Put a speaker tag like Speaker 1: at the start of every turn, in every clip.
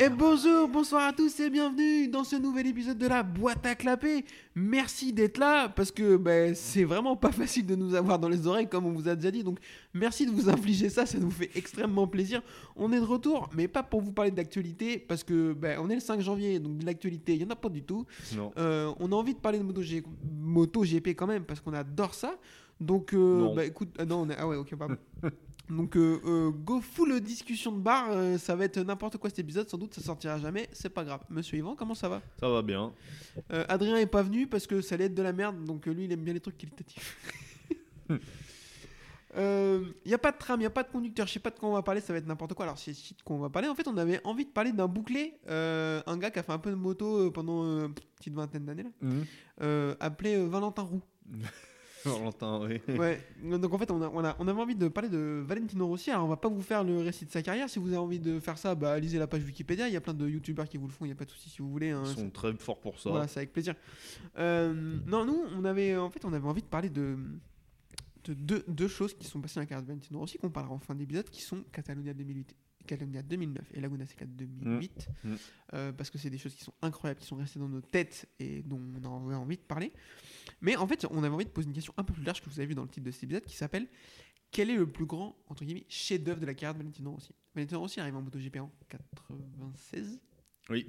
Speaker 1: Et bonjour, bonsoir à tous et bienvenue dans ce nouvel épisode de la boîte à clapper. Merci d'être là parce que ben, c'est vraiment pas facile de nous avoir dans les oreilles comme on vous a déjà dit. Donc merci de vous infliger ça, ça nous fait extrêmement plaisir. On est de retour, mais pas pour vous parler d'actualité parce que ben, on est le 5 janvier, donc de l'actualité il y en a pas du tout.
Speaker 2: Non.
Speaker 1: Euh, on a envie de parler de moto, G- moto GP quand même parce qu'on adore ça. Donc euh,
Speaker 2: Non.
Speaker 1: bah, écoute, ah non, on est- ah ouais, ok, pardon. Donc euh, euh, go full discussion de bar, euh, ça va être n'importe quoi cet épisode, sans doute ça sortira jamais, c'est pas grave. Monsieur Yvan, comment ça va
Speaker 2: Ça va bien.
Speaker 1: Euh, Adrien est pas venu parce que ça allait être de la merde, donc euh, lui il aime bien les trucs qualitatifs. Il n'y a pas de tram, il n'y a pas de conducteur, je sais pas de quoi on va parler, ça va être n'importe quoi. Alors, c'est shit qu'on va parler. En fait, on avait envie de parler d'un bouclé, euh, un gars qui a fait un peu de moto euh, pendant euh, une petite vingtaine d'années, là, euh, appelé euh, Valentin Roux.
Speaker 2: Valentin, oui.
Speaker 1: Ouais, donc en fait, on, a, on, a- on avait envie de parler de Valentino Rossi. Alors, on va pas vous faire le récit de sa carrière. Si vous avez envie de faire ça, bah, lisez la page Wikipédia. Il y a plein de youtubeurs qui vous le font, il n'y a pas de souci si vous voulez. hein.
Speaker 2: Ils sont très forts pour ça.
Speaker 1: Voilà, c'est avec plaisir. Euh, non, nous, on avait, en fait, on avait envie de parler de, de deux, deux choses qui sont passées dans la carrière de Valentino Rossi, qu'on parlera en fin d'épisode, qui sont Catalonia 2008. Catalonia 2009 et Laguna Seca 2008,
Speaker 2: Mm. Mm.
Speaker 1: euh, parce que c'est des choses qui sont incroyables, qui sont restées dans nos têtes et dont on a envie- envie de parler. Mais en fait, on avait envie de poser une question un peu plus large que vous avez vu dans le titre de cet épisode qui s'appelle Quel est le plus grand, entre guillemets, chef-d'œuvre de la carrière de Valentino Rossi Valentino Rossi arrive en MotoGP en 96,
Speaker 2: Oui.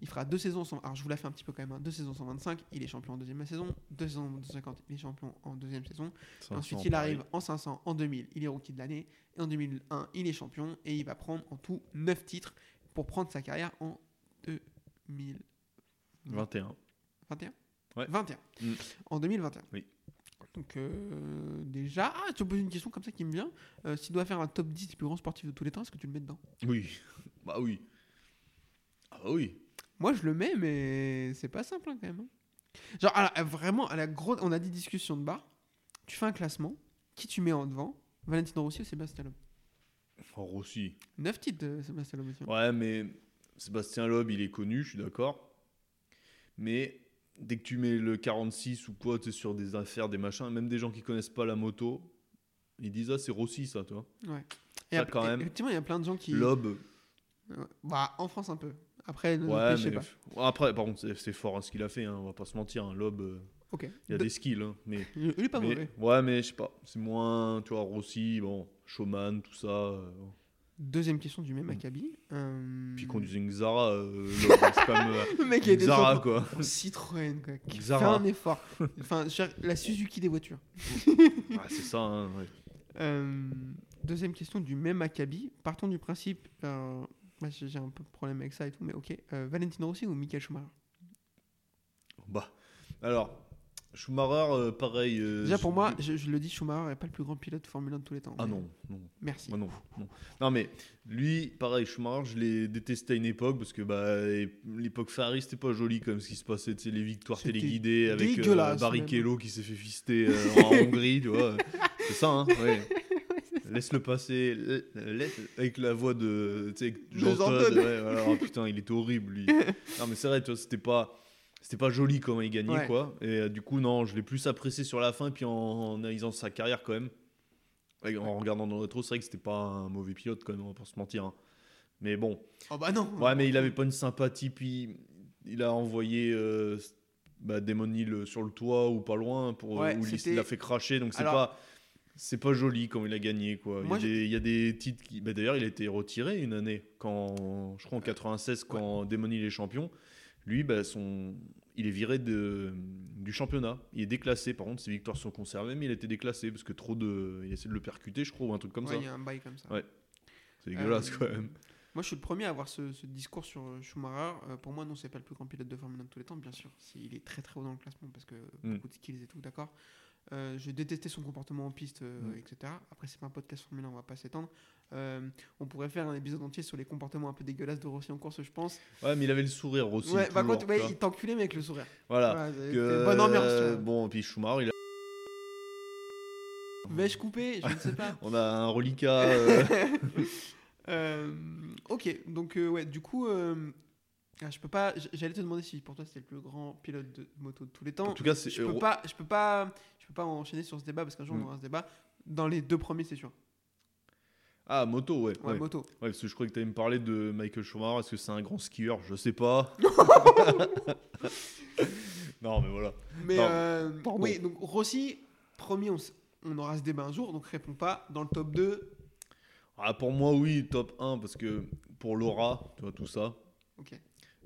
Speaker 1: il fera deux saisons sans. Alors je vous la fais un petit peu quand même. hein. Deux saisons 125, il est champion en deuxième saison. Deux saisons 250, il est champion en deuxième saison.
Speaker 2: ça,
Speaker 1: Ensuite,
Speaker 2: c'est
Speaker 1: il
Speaker 2: en Paris.
Speaker 1: arrive en 500, en 2000, il est rookie de l'année. Et en 2001, il est champion et il va prendre en tout 9 titres pour prendre sa carrière en 2021.
Speaker 2: 21. Ouais.
Speaker 1: 21.
Speaker 2: Mm.
Speaker 1: En 2021.
Speaker 2: Oui.
Speaker 1: Donc euh, déjà, ah, tu me poses une question comme ça qui me vient. Euh, S'il doit faire un top 10 des plus grands sportifs de tous les temps, est-ce que tu le mets dedans
Speaker 2: Oui. Bah oui. Ah bah oui.
Speaker 1: Moi, je le mets, mais c'est pas simple hein, quand même. hein. Genre, à la- vraiment, à la grosse, on a dit discussion de bar. Tu fais un classement. Qui tu mets en devant Valentino Rossi ou Sébastien Loeb
Speaker 2: En Rossi.
Speaker 1: 9 titres de Sébastien Loeb aussi. hein.
Speaker 2: Ouais, mais Sébastien Loeb, il est connu, je suis d'accord. Mais dès que tu mets le 46 ou quoi, tu es sur des affaires, des machins, même des gens qui connaissent pas la moto, ils disent Ah, c'est Rossi, ça, toi.
Speaker 1: Et
Speaker 2: ça,
Speaker 1: après-
Speaker 2: quand
Speaker 1: et-
Speaker 2: même.
Speaker 1: Effectivement, il y a plein de gens qui.
Speaker 2: Loeb.
Speaker 1: Ouais. Bah, en France, un peu. Après, le
Speaker 2: Ouais,
Speaker 1: je sais
Speaker 2: mais.
Speaker 1: pas.
Speaker 2: Ouais, Après, par contre, c'est- c'est fort hein, ce qu'il a fait, hein, on va pas se mentir. Hein. Loeb, euh,
Speaker 1: Ok.
Speaker 2: il y a
Speaker 1: De-
Speaker 2: des skills, hein, mais.
Speaker 1: Il il est pas
Speaker 2: Mais-
Speaker 1: mauvais.
Speaker 2: Ouais, mais je sais pas. C'est moins, tu vois, Rossi, bon, Showman, tout ça. euh,
Speaker 1: Deuxième question du même acabit. Euh,
Speaker 2: Hmm. Puis conduisait une Zara, euh, Loeb, c'est quand même, euh,
Speaker 1: Le mec a
Speaker 2: une
Speaker 1: été
Speaker 2: Zara, quoi.
Speaker 1: en Citroën, quoi. Qui fait
Speaker 2: Zara.
Speaker 1: un effort. enfin, je veux dire, la Suzuki des voitures.
Speaker 2: Ah, c'est ça, hein, ouais.
Speaker 1: Euh, deuxième question du même acabit. Partons du principe. euh, bah, j'ai j'ai un peu de problème avec ça et tout, mais ok. Euh, Valentino Rossi ou Michael Schumacher
Speaker 2: Bah, alors, Schumacher, euh, pareil. euh,
Speaker 1: Déjà pour
Speaker 2: je-
Speaker 1: moi, je, je le dis, Schumacher n'est pas le plus grand pilote de Formule 1 de tous les temps.
Speaker 2: Ah
Speaker 1: mais-
Speaker 2: non, non,
Speaker 1: Merci.
Speaker 2: moi non, non. Non, mais lui, pareil, Schumacher, je l'ai détesté à une époque parce que bah, l'époque Ferrari, c'était pas joli comme ce qui se passait. Tu sais, les victoires
Speaker 1: C'était
Speaker 2: téléguidées avec euh,
Speaker 1: dégueulasse,
Speaker 2: Barrichello qui s'est fait fister euh, en Hongrie, tu vois. C'est ça, hein, ouais. Laisse-le passer, la- laisse- avec la voix de tu sais,
Speaker 1: De
Speaker 2: Jean-Todt.
Speaker 1: Jean-Todt.
Speaker 2: ouais, voilà. Oh, putain, il était horrible, lui. non, mais c'est vrai, tu vois, c'était pas. C'était pas joli comment il gagnait,
Speaker 1: Ouais.
Speaker 2: quoi. Et euh, du coup, non, je l'ai plus apprécié sur la fin, puis en, en analysant sa carrière, quand même. Ouais, En regardant dans le rétro, c'est vrai que c'était pas un mauvais pilote, quand même, on va pas se mentir. hein. Mais bon,
Speaker 1: Oh bah non
Speaker 2: ouais, mais il avait pas une sympathie, puis il a envoyé euh, bah, Damon Hill sur le toit ou pas loin, pour,
Speaker 1: Ouais,
Speaker 2: où il-
Speaker 1: c'était-
Speaker 2: il l'a fait cracher, donc c'est
Speaker 1: Alors-
Speaker 2: pas. C'est pas joli quand il a gagné quoi. Il y a
Speaker 1: Moi, je-
Speaker 2: des- il, y a des, titres qui. bah, D'ailleurs, il a été retiré une année quand je crois en 96 quand Damon Hill est champion. Lui, bah, son, il est viré de, du championnat. Il est déclassé. Par contre, ses victoires sont conservées, mais il a été déclassé parce que trop de. Il essaie de le percuter, je crois, ou un truc comme
Speaker 1: Ouais,
Speaker 2: ça.
Speaker 1: il y a un bail comme ça.
Speaker 2: Ouais. C'est dégueulasse
Speaker 1: Euh,
Speaker 2: quand même.
Speaker 1: Moi, je suis le premier à avoir ce, ce discours sur euh, Schumacher. Euh, pour moi, non, c'est pas le plus grand pilote de Formule 1 de tous les temps, bien sûr. C'est- il est très très haut dans le classement parce que
Speaker 2: Mm.
Speaker 1: beaucoup de skills et tout, d'accord. Euh, je détestais son comportement en piste, euh,
Speaker 2: Mm.
Speaker 1: etc. Après, c'est pas un podcast Formule 1, on va pas s'étendre. Euh, on pourrait faire un épisode entier sur les comportements un peu dégueulasses de Rossi en course, je pense.
Speaker 2: Ouais, mais il avait le sourire aussi.
Speaker 1: ouais, par
Speaker 2: toujours,
Speaker 1: contre,
Speaker 2: tu
Speaker 1: ouais,
Speaker 2: vois.
Speaker 1: il t'enculait, mais avec le sourire.
Speaker 2: Voilà.
Speaker 1: Voilà, c'était
Speaker 2: Que- euh,
Speaker 1: Bonne ambiance. tu vois.
Speaker 2: Bon, puis Schumacher, il a-
Speaker 1: Vais-je couper Je ne sais pas.
Speaker 2: on a un reliquat. euh,
Speaker 1: Euh, ok, donc, euh, ouais, du coup, euh, Ah, je peux pas. j- J'allais te demander si pour toi c'était le plus grand pilote de moto de tous les temps.
Speaker 2: En tout cas, c'est
Speaker 1: je peux
Speaker 2: Ro-
Speaker 1: pas. Je peux pas. Je peux pas enchaîner sur ce débat parce qu'un jour
Speaker 2: Mm.
Speaker 1: on aura ce débat. Dans les deux premiers, c'est sûr.
Speaker 2: Ah, moto, ouais.
Speaker 1: Ouais,
Speaker 2: ouais.
Speaker 1: moto.
Speaker 2: Ouais, parce que je croyais que tu allais me parler de Michael Schumacher. Est-ce que c'est un grand skieur Je sais pas. non, mais voilà.
Speaker 1: Mais
Speaker 2: Pardon.
Speaker 1: euh,
Speaker 2: Pardon.
Speaker 1: oui, donc Rossi, promis, on, s- on aura ce débat un jour, donc réponds pas. Dans le top 2,
Speaker 2: Ah, pour moi, oui, top 1, parce que pour Laura, tu vois, tout ça.
Speaker 1: ok.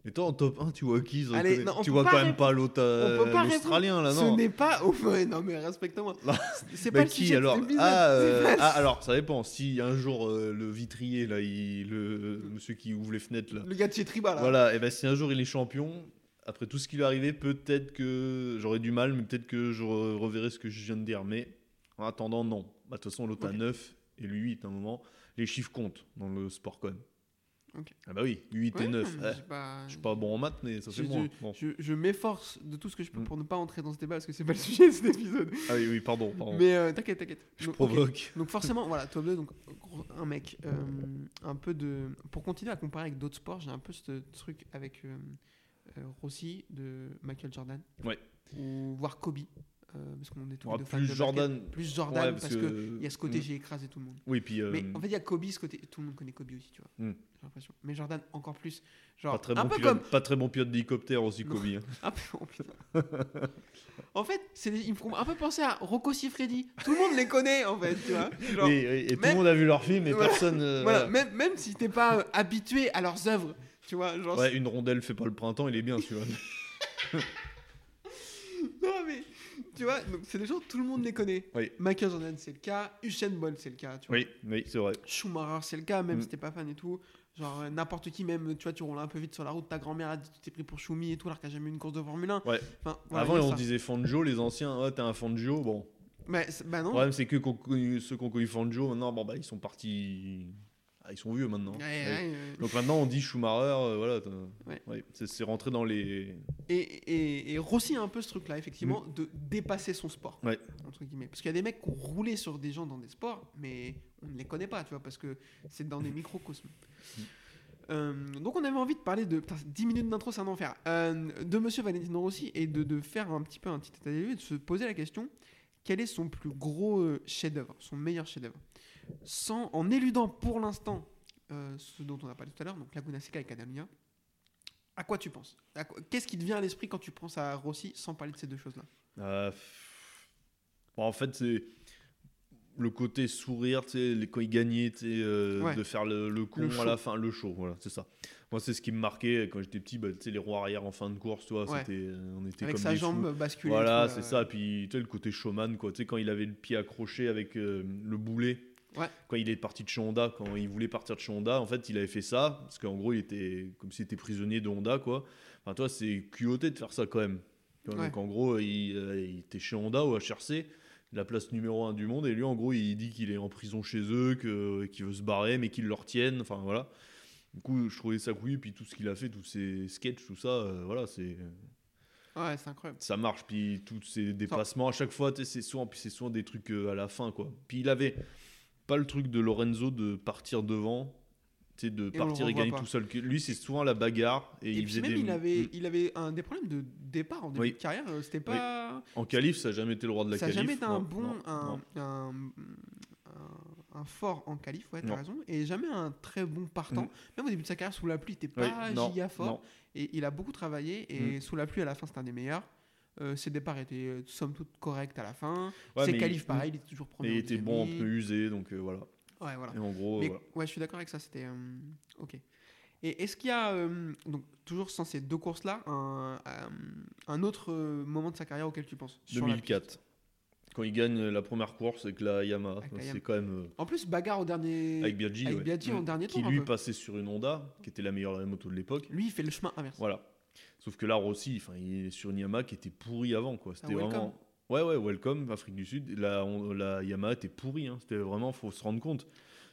Speaker 2: Et toi, en top 1, tu vois qui sans
Speaker 1: Allez,
Speaker 2: déconner
Speaker 1: non, on
Speaker 2: Tu
Speaker 1: peut
Speaker 2: vois
Speaker 1: pas
Speaker 2: quand même
Speaker 1: répondre.
Speaker 2: pas l'autre, euh,
Speaker 1: On peut pas répondre.
Speaker 2: l'Australien, là,
Speaker 1: Ce
Speaker 2: non
Speaker 1: n'est pas. Oh, ouais, non, mais respecte-moi.
Speaker 2: Non.
Speaker 1: C'est- C'est
Speaker 2: Bah,
Speaker 1: pas le
Speaker 2: qui
Speaker 1: sujet de
Speaker 2: alors
Speaker 1: cet épisode.
Speaker 2: ah, euh,
Speaker 1: C'est pas le-
Speaker 2: ah, alors, ça dépend. Si un jour euh, le vitrier, là, il- le
Speaker 1: Mm.
Speaker 2: monsieur qui ouvre les fenêtres, là,
Speaker 1: Le gars de chez Triba, là.
Speaker 2: Voilà, et ben si un jour il est champion, après tout ce qui lui est arrivé, peut-être que j'aurais du mal, mais peut-être que je re- reverrai ce que je viens de dire. Mais en attendant, non. Bah, De toute façon, l'autre
Speaker 1: Ok.
Speaker 2: a 9 et lui 8 à un moment. Les chiffres comptent dans le sport quand même.
Speaker 1: Ok.
Speaker 2: Ah bah oui, 8
Speaker 1: Ouais,
Speaker 2: et 9.
Speaker 1: non, mais
Speaker 2: eh,
Speaker 1: j'ai pas-
Speaker 2: Je suis pas bon en maths, mais ça
Speaker 1: Je,
Speaker 2: fait moins.
Speaker 1: je-
Speaker 2: Bon.
Speaker 1: je- je m'efforce de tout ce que je peux
Speaker 2: Mm.
Speaker 1: pour ne pas entrer dans ce débat parce que c'est pas le sujet de cet épisode.
Speaker 2: Ah oui, oui, pardon. pardon.
Speaker 1: Mais euh, t'inquiète, t'inquiète.
Speaker 2: Je
Speaker 1: Donc, ok.
Speaker 2: provoque.
Speaker 1: Donc forcément, voilà, top 2, donc gros- un mec, euh, un peu de... Pour continuer à comparer avec d'autres sports, j'ai un peu ce truc avec euh, euh, Rossi de Michael Jordan.
Speaker 2: Ouais.
Speaker 1: Ou voir Kobe, euh, parce qu'on est tous
Speaker 2: Ah,
Speaker 1: les deux fans
Speaker 2: plus
Speaker 1: de
Speaker 2: Jordan.
Speaker 1: basket. Plus Jordan,
Speaker 2: Ouais,
Speaker 1: parce, que il y a ce côté
Speaker 2: Mm.
Speaker 1: j'ai écrasé tout le monde.
Speaker 2: Oui, puis. euh,
Speaker 1: Mais en fait, il y a Kobe, ce côté... Tout le monde connaît Kobe aussi, tu vois.
Speaker 2: Mm.
Speaker 1: J'ai l'impression. Mais Jordan, encore plus. Genre,
Speaker 2: Pas très,
Speaker 1: un
Speaker 2: bon
Speaker 1: peu
Speaker 2: pilote,
Speaker 1: comme...
Speaker 2: pas très bon pilote d'hélicoptère aussi,
Speaker 1: Non.
Speaker 2: Kobe. hein.
Speaker 1: Ah, oh, putain. en fait, c'est des- ils me font un peu penser à Rocco Siffredi. Tout le monde les connaît, en fait, tu vois. Genre,
Speaker 2: Et, et- et tout
Speaker 1: même-
Speaker 2: le monde a vu leur film, mais
Speaker 1: Voilà.
Speaker 2: personne. euh,
Speaker 1: Voilà,
Speaker 2: voilà.
Speaker 1: même, même si t'es pas euh, habitué à leurs œuvres, tu vois, genre.
Speaker 2: Ouais, une rondelle fait pas le printemps, il est bien celui-là.
Speaker 1: Non, mais, tu vois, donc c'est des gens, tout le monde les connaît.
Speaker 2: Oui.
Speaker 1: Michael Jordan, c'est le cas. Usain Bolt, c'est le cas, tu vois.
Speaker 2: Oui, oui, c'est vrai.
Speaker 1: Schumacher, c'est le cas, même
Speaker 2: Mm.
Speaker 1: si t'es pas fan et tout. Genre, euh, n'importe qui, même, tu vois, tu roules un peu vite sur la route, ta grand-mère a dit tu t'es pris pour Choumi et tout, alors qu'elle a jamais eu une course de Formule 1.
Speaker 2: Ouais.
Speaker 1: Enfin, voilà,
Speaker 2: Avant,
Speaker 1: il y a
Speaker 2: on
Speaker 1: ça.
Speaker 2: disait Fangio, les anciens, ouais, t'es un Fangio. Bon,
Speaker 1: Mais c'est- bah
Speaker 2: le
Speaker 1: non.
Speaker 2: problème, c'est que qu'on connu- ceux qui ont connu Fangio, maintenant, bon, bah, ils sont partis. Ah, ils sont vieux maintenant.
Speaker 1: Ouais,
Speaker 2: Ouais.
Speaker 1: ouais, ouais.
Speaker 2: Donc maintenant, on dit Schumacher, euh, voilà. t'as-
Speaker 1: Ouais.
Speaker 2: ouais, c'est, c'est rentré dans les.
Speaker 1: Et, et, et Rossi a un peu ce truc-là, effectivement, de dépasser son sport.
Speaker 2: Ouais.
Speaker 1: Entre guillemets. Parce qu'il y a des mecs qui ont roulé sur des gens dans des sports, mais on ne les connaît pas, tu vois, parce que c'est dans des microcosmes. Euh, donc on avait envie de parler de... Putain, 10 minutes d'intro, c'est un enfer. Euh, de Monsieur Valentino Rossi et de, de faire un petit peu un petit état des lieux et de se poser la question, quel est son plus gros euh, chef-d'œuvre, son meilleur chef-d'œuvre Sans- En éludant pour l'instant euh, ce dont on a parlé tout à l'heure, donc Laguna Seca et Catalunya, à quoi tu penses À quoi- Qu'est-ce qui te vient à l'esprit quand tu penses à Rossi sans parler de ces deux choses-là
Speaker 2: Euh, pff. Bon, en fait, c'est le côté sourire, tu sais, les- quand ils gagnaient, tu sais, euh,
Speaker 1: Ouais.
Speaker 2: de faire le, le con
Speaker 1: Le
Speaker 2: à la fin, le show, voilà, c'est ça. Moi, c'est ce qui me marquait quand j'étais petit, bah, tu sais, les roues arrière en fin de course, toi,
Speaker 1: Ouais.
Speaker 2: c'était, euh, on était
Speaker 1: Avec
Speaker 2: comme
Speaker 1: sa
Speaker 2: des fous.
Speaker 1: jambe basculée.
Speaker 2: Voilà,
Speaker 1: tu vois,
Speaker 2: c'est
Speaker 1: euh,
Speaker 2: ça. Puis tu sais, le côté showman, quoi. Tu sais, quand il avait le pied accroché avec euh, le boulet.
Speaker 1: Ouais.
Speaker 2: Quand il est parti de chez Honda, quand il voulait partir de chez Honda, en fait, il avait fait ça. Parce qu'en gros, il était comme s'il était prisonnier de Honda, quoi. Enfin, toi, c'est culotté de faire ça quand même. Tu vois,
Speaker 1: Ouais.
Speaker 2: Donc, en gros, il, euh, il était chez Honda ou HRC, la place numéro 1 du monde. Et lui, en gros, il dit qu'il est en prison chez eux, que- euh, qu'il veut se barrer, mais qu'ils le retiennent. Enfin, voilà. Du coup, je trouvais ça couillu. Puis tout ce qu'il a fait, tous ses sketchs, tout ça, euh, voilà, c'est
Speaker 1: Ouais, c'est incroyable.
Speaker 2: ça marche puis tous ces dépassements à chaque fois tu sais, c'est souvent puis c'est souvent des trucs euh, à la fin quoi puis il avait pas le truc de Lorenzo de partir devant tu sais, de
Speaker 1: le
Speaker 2: partir et
Speaker 1: revoit
Speaker 2: gagner
Speaker 1: pas.
Speaker 2: tout seul Que- lui c'est souvent la bagarre et,
Speaker 1: Et,
Speaker 2: il
Speaker 1: puis
Speaker 2: faisait
Speaker 1: même,
Speaker 2: des
Speaker 1: il, avait,
Speaker 2: Mm.
Speaker 1: il avait un des problèmes de départ en début
Speaker 2: Oui.
Speaker 1: de carrière. euh, C'était
Speaker 2: Oui.
Speaker 1: pas.
Speaker 2: en qualif ça a jamais été le roi de la
Speaker 1: ça n'a
Speaker 2: qualif
Speaker 1: jamais été un
Speaker 2: Non,
Speaker 1: bon.
Speaker 2: non,
Speaker 1: un,
Speaker 2: non.
Speaker 1: un, un- un fort en qualif, ouais, t'as
Speaker 2: Non.
Speaker 1: raison. Et jamais un très bon partant.
Speaker 2: Mm.
Speaker 1: Même au début de sa carrière, sous la pluie, il n'était
Speaker 2: Oui,
Speaker 1: pas
Speaker 2: non, Mm.
Speaker 1: giga fort.
Speaker 2: non.
Speaker 1: Et il a beaucoup travaillé. Et sous la pluie, à la fin, c'était un des meilleurs. Euh, ses départs étaient euh, somme toute corrects à la fin.
Speaker 2: Ouais,
Speaker 1: ses
Speaker 2: mais
Speaker 1: qualifs,
Speaker 2: il-
Speaker 1: pareil, il était toujours premier.
Speaker 2: mais il
Speaker 1: en
Speaker 2: était
Speaker 1: deuxième
Speaker 2: bon en
Speaker 1: ligne.
Speaker 2: pneus usés donc euh, voilà
Speaker 1: Ouais, voilà.
Speaker 2: et en gros
Speaker 1: Mais
Speaker 2: Oh, voilà.
Speaker 1: ouais, je suis d'accord avec ça, c'était... euh, ok. Et est-ce qu'il y a, euh, donc toujours sans ces deux courses-là, un, euh, un autre euh, moment de sa carrière auquel tu penses sur la piste
Speaker 2: 2004 quand il gagne la première course avec la Yamaha
Speaker 1: Avec la Yamaha.
Speaker 2: c'est quand même
Speaker 1: En plus, bagarre au dernier...
Speaker 2: euh, avec Biaggi
Speaker 1: avec
Speaker 2: ouais.
Speaker 1: Biaggi en
Speaker 2: Mm.
Speaker 1: dernier
Speaker 2: qui
Speaker 1: tour, un
Speaker 2: lui
Speaker 1: peu.
Speaker 2: passait sur une Honda qui était la meilleure moto de l'époque
Speaker 1: Lui, il fait le chemin inverse.
Speaker 2: Voilà. Sauf que là, Rossi, enfin, il est sur une Yamaha qui était pourrie avant, quoi. C'était
Speaker 1: Ah, welcome.
Speaker 2: vraiment. Ouais, ouais, welcome, Afrique du Sud. La, on- la Yamaha était pourrie, hein. C'était vraiment, faut se rendre compte.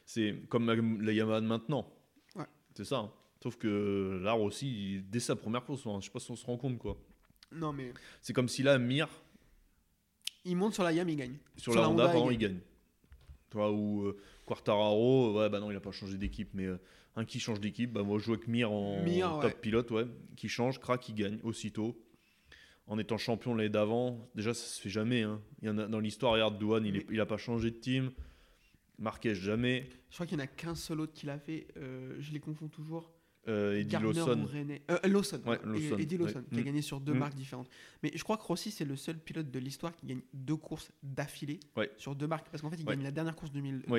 Speaker 2: C'est comme la, la Yamaha de maintenant.
Speaker 1: Ouais.
Speaker 2: C'est ça. hein. Sauf que là, Rossi, il- dès sa première course, hein, je sais pas si on se rend compte, quoi.
Speaker 1: Non, mais
Speaker 2: C'est comme si là, Mir,
Speaker 1: il monte sur la Yam, il gagne.
Speaker 2: sur, la, Honda, pardon, il gagne. Tu vois, ou euh, Quartararo, ouais, bah non, il a pas changé d'équipe, mais euh, un qui change d'équipe, bah moi je joue avec Mir en
Speaker 1: Mir,
Speaker 2: top
Speaker 1: ouais.
Speaker 2: pilote, ouais, qui change, craque, il gagne aussitôt. En étant champion l'année d'avant, déjà ça se fait jamais. hein. Il y en a dans l'histoire, regarde Douane, il, est-
Speaker 1: Mais-
Speaker 2: il a pas changé de team, Marquez jamais,
Speaker 1: Je crois qu'il n'y en a qu'un seul autre qui l'a fait. euh, je les confonds toujours.
Speaker 2: euh, Eddie
Speaker 1: Gardner
Speaker 2: Lawson.
Speaker 1: ou René. Euh, Lawson.
Speaker 2: Ouais,
Speaker 1: Et-
Speaker 2: Lawson,
Speaker 1: Eddie Lawson,
Speaker 2: ouais.
Speaker 1: qui a
Speaker 2: Mm.
Speaker 1: gagné sur deux
Speaker 2: Mm.
Speaker 1: marques différentes. Mais je crois que Rossi, c'est le seul pilote de l'histoire qui gagne deux courses d'affilée
Speaker 2: Ouais.
Speaker 1: sur deux marques. Parce qu'en fait, il
Speaker 2: Ouais.
Speaker 1: gagne la dernière course 2002